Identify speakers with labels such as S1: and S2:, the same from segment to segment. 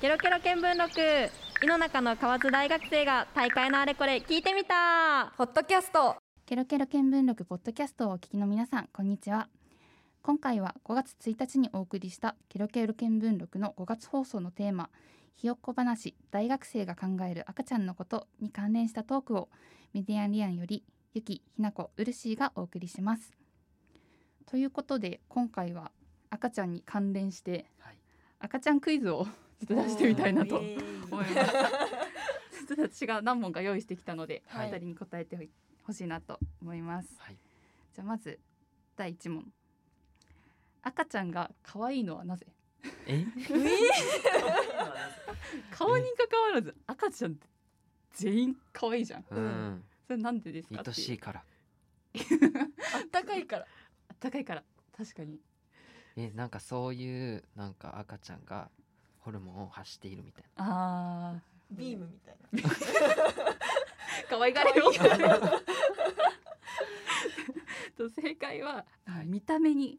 S1: ケロケロ見聞録井の中の河津大学生が大会のあれこれ聞いてみた
S2: ポッドキャスト
S3: ケロケロ見聞録ポッドキャストをお聞きの皆さんこんにちは今回は5月1日にお送りしたケロケロ見聞録の5月放送のテーマひよっこ話大学生が考える赤ちゃんのことに関連したトークをメディアンリアンよりゆきひなこうるしーがお送りしますということで今回は赤ちゃんに関連して、
S4: い
S3: 赤ちゃんクイズをちょっと出してみたいなと思いますちょっと私が何問か用意してきたので、
S2: はい
S3: お二人に答えてほしいなと思います
S4: はい。
S3: じゃあまず第一問赤ちゃんが可愛いのはなぜ
S4: え？
S3: 顔に関わらず赤ちゃんって全員可愛いじゃん
S4: うん。
S3: それなんでですかって
S4: 愛
S3: いう
S4: しいから。
S2: あったかいから
S3: あったかいから確かに
S4: え、なんかそういうなんか赤ちゃんがホルモンを発しているみたい
S3: あ
S2: ビームみたいな
S3: ー可愛がれよ と正解は、
S4: はい
S3: 見た目に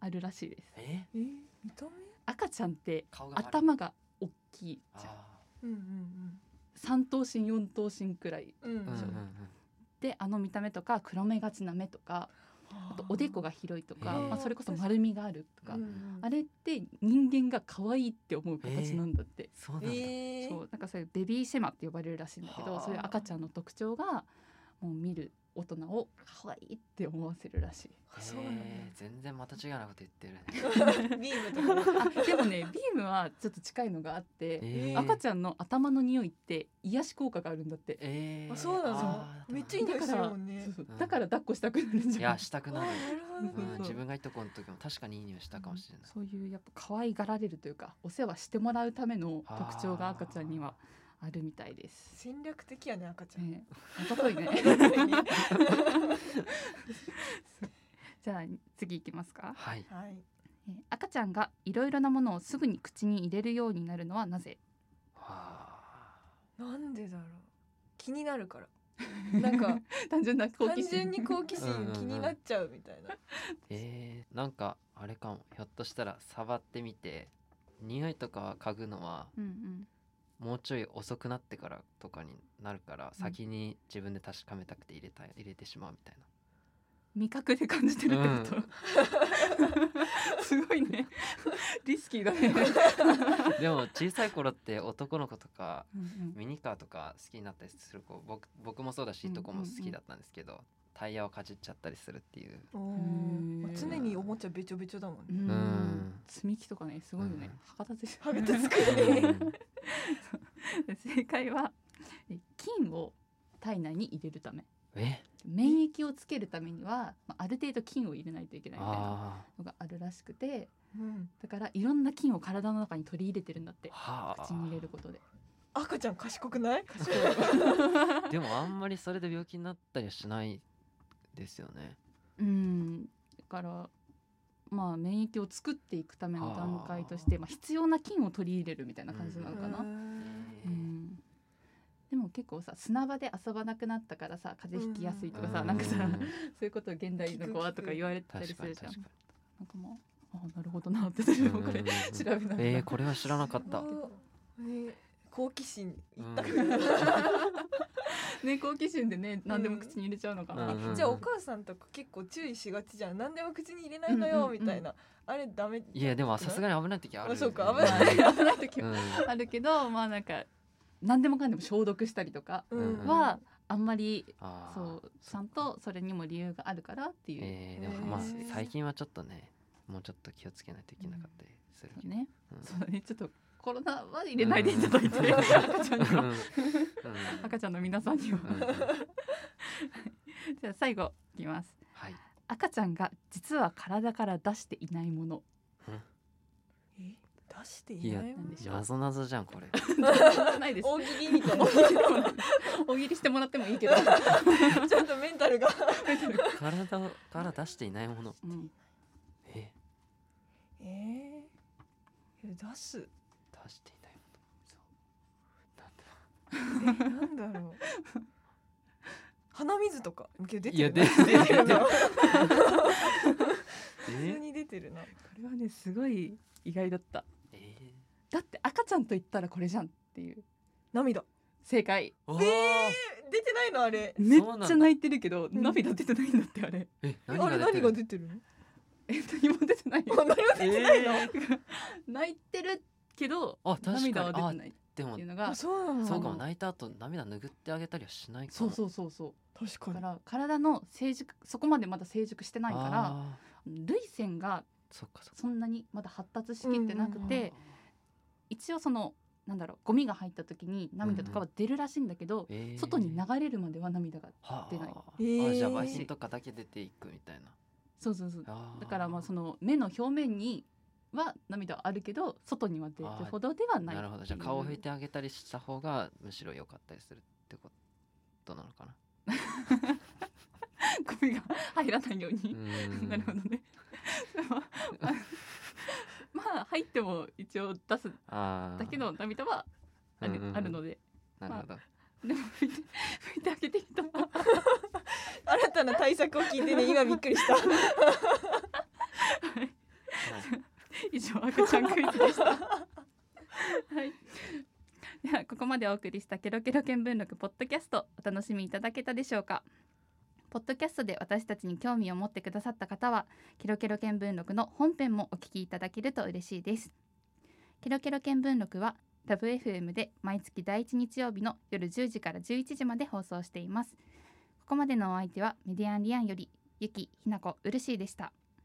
S3: あるらしいです
S4: な。え？
S2: え見た
S3: 赤ちゃんって
S4: 顔が丸い
S3: 頭が大きいじゃん
S4: あ
S2: 目うん
S3: 三頭身四頭身くらい
S2: うんうん
S4: ー。
S2: う
S4: うん
S2: ん
S4: うん
S3: であの見た目とか黒目がちな目とかあとおでこが広いとか、
S4: へー
S3: まあ、それこそ丸みがあるとか、
S4: う
S2: うん
S4: ん
S3: あれって人間が可愛いって思う形なんだって、
S4: そうなんだ。
S2: えー
S3: そうなんかそういうベビーシェマって呼ばれるらしいんだけど
S4: はあ
S3: そういう赤ちゃんの特徴がもう見る大人を可愛いって思わせるらしい。
S2: そうなんだ
S4: えー全然また違うなこと言ってるね。
S2: ビームとか
S3: あでもねビームはちょっと近いのがあって
S4: えー
S3: 赤ちゃんの頭の匂いって癒し効果があるんだって。
S4: えー
S2: あそうなの
S4: あー
S2: めっちゃいい匂いするもんね
S3: そうそう
S4: うん
S3: だから抱っこしたくなるんじ
S4: い
S3: ゃな
S4: や
S3: い
S4: したく
S2: あ
S4: なる。
S2: ーなるほど
S4: う、
S3: そうん
S4: 自分がいとこの時も確かにいい匂いしたかもしれない。
S3: そういうやっぱ可愛がられるというかお世話してもらうための特徴が赤ちゃんにはあるみたいです。
S2: 戦略的やね赤ちゃん、
S3: ねえ、あざといね。 じゃあ次行きますか。
S4: はい。
S2: はい
S3: えー赤ちゃんがいろいろなものをすぐに口に入れるようになるのはなぜ？
S4: あ
S2: なんでだろう気になるからなんか
S3: 単純な好
S2: 単
S3: 奇心。
S2: 純に好奇心
S4: うんうんうん
S2: 気になっちゃうみたいな
S4: ーえー、なんかあれかもひょっとしたら触ってみて匂いとか嗅ぐのは
S3: うんうん。
S4: もうちょい遅くなってからとかになるから
S3: うん
S4: 先に自分で確かめたくて入れた入れてしまうみたいな。
S3: 味覚で感じてるってこと。
S4: う
S3: すごいね。リスキーだね。
S4: でも小さい頃って男の子とか
S3: うんうん
S4: ミニカーとか好きになったりする子僕僕もそうだし
S3: うんうん
S4: い
S3: うん
S4: とこも好きだったんですけど、タイヤをかじっちゃったりするっていう。
S2: おー
S3: ん
S2: まあ常におもちゃべちょべちょだもん
S3: う
S2: ね
S3: ん
S4: うん
S3: 積み木とかねすごいよね
S4: うん。
S3: 博多でしょ。
S2: 歯型作
S4: う
S2: るね
S4: ん
S3: 正解はえ菌を体内に入れるため。
S4: え
S3: 免疫をつけるためには、まあ、ある程度菌を入れないといけないみたいな
S4: あ
S3: のがあるらしくて
S2: うん
S3: だからいろんな菌を体の中に取り入れてるんだって
S4: あはあ
S3: 口に入れることで
S2: 赤ちゃん賢くない
S4: でもあんまりそれで病気になったりはしないですよね。
S3: うんだからまあ免疫を作っていくための段階として
S4: はあ
S3: まあ、必要な菌を取り入れるみたいな感じなのかな、
S2: う
S3: うん
S2: ん
S3: でも結構さ砂場で遊ばなくなったからさ風邪ひきやすいとかさ、
S4: う
S3: なんかさ そういうことを現代の子はとか言われたりす
S4: 確か
S3: る
S4: に
S3: じゃ
S4: 確
S3: ん
S4: かに。
S3: なんかもうあなるほどなって 私もこれ
S4: うんうんうん
S3: 調べながら、
S4: えー、これは知らな かった。
S2: すごいね好奇心いった
S4: う
S3: ね好奇心でね何でも口に入れちゃうのか な、
S4: うんうん
S2: じゃあお母さんとか結構注意しがちじゃん何でも口に入れないのよ
S3: うんうんうん
S2: みたいなあれダメ
S4: いやでもさす
S2: に
S4: がに危ない時ある。
S2: あそうか
S4: ん
S2: 危ない
S3: 危ない時
S4: う
S3: も
S4: ん
S3: あるけど、まあなんか何でもかんでも消毒したりとか
S4: うん
S3: はあんまり
S4: あー
S3: そうちゃんとそれにも理由があるからっていう、
S4: えー、でもまあ
S2: えー
S4: 最近はちょっとねもうちょっと気をつけないといけなかったりするけど、
S3: ね
S4: うん
S3: そうだねちょっとコロナは入れないでいただいて、
S4: うん
S3: 赤ちゃんに
S4: う
S3: は
S4: んうん
S3: 赤ちゃんの皆さんには、
S4: うんうん
S3: じゃあ最後いきます
S4: はい
S3: 赤ちゃんが実は体から出していないも の
S2: え出して
S4: い
S2: い
S4: や
S2: ないもん
S3: でしょ
S4: 謎謎じゃんこれ
S3: ないです
S2: 大喜利みたいな
S3: 大喜利でもない 大喜利してもらってもいいけど、
S2: ちょっとメンタル が
S4: 体から出していないもの
S3: うん、
S4: え
S2: えーいや出す
S4: 出していないものなんだ
S2: えなんだろう鼻水とかけど出
S4: い
S2: て
S4: や
S2: るな
S4: 出てる
S2: 出てるな
S4: え
S2: 普通に出てるな
S3: これはねすごい意外だった
S4: え
S3: だって赤ちちゃんと言ったらこれじゃんっていう
S2: 涙
S3: 正解
S4: おー
S2: ええ出てないのあれ
S3: めっ
S4: そうなん
S3: ちゃ
S4: だ
S3: 泣いてるけど
S2: うん
S3: 涙出てないんだってあれ
S4: え
S2: え
S4: 何
S2: あれ
S4: が出て
S2: 何が
S4: る
S2: 出てるの
S3: え何も出てないよ
S2: あ何も出てないの、
S3: 泣いてるけど
S4: あ確かに
S3: 涙は出てないっ
S4: でも
S3: ていうのが
S2: あそうなの
S4: そうかも
S3: な
S4: 泣いた後涙拭ってあげたりはしないか
S3: そう
S4: う
S3: そうそうそう
S2: 確か
S3: だ
S2: に
S3: から体の成熟そこまでまだ成熟してないから
S4: ら
S3: 涙腺が
S4: そっかそっか
S3: そんなにまだ発達しきってなくて、
S2: で
S3: 一応そのなんだろうゴミが入った時に涙とかは出るらしいんだけど、
S4: えー
S3: 外に流れるまでは涙が
S4: はあ
S3: 出ない
S2: えー
S4: あじゃあ陪審とかだけ出ていくみたいな
S3: そうそうそう
S4: あー
S3: だからまあその目の表面には涙はあるけど外には出るほどではない
S4: なるほどじゃあ顔を拭いてあげたりした方がむしろ良かったりするってことなのかな
S3: ゴミが入らないよう
S4: う
S3: に、
S4: ーん
S3: なるほどねまあ入っても一応出す
S4: あー
S3: だけの涙はある,、
S4: うんうん
S3: あるので
S4: なるほど
S3: でも拭いて拭いてあげてきたら
S2: 新たな対策を聞いてね今びっくりした
S3: 以上赤ちゃんクイズでした。 はい。ではここまでお送りしたケロケロ見聞録ポッドキャストお楽しみいただけたでしょうか。ポッドキャストで私たちに興味を持ってくださった方はケロケロ見聞録の本編もお聞きいただけると嬉しいです。ケロケロ見聞録はラブ FM で毎月第一日曜日の夜10時から11時まで放送しています。ここまでのお相手はメディアンリアンよりゆきひなこうるしーでした。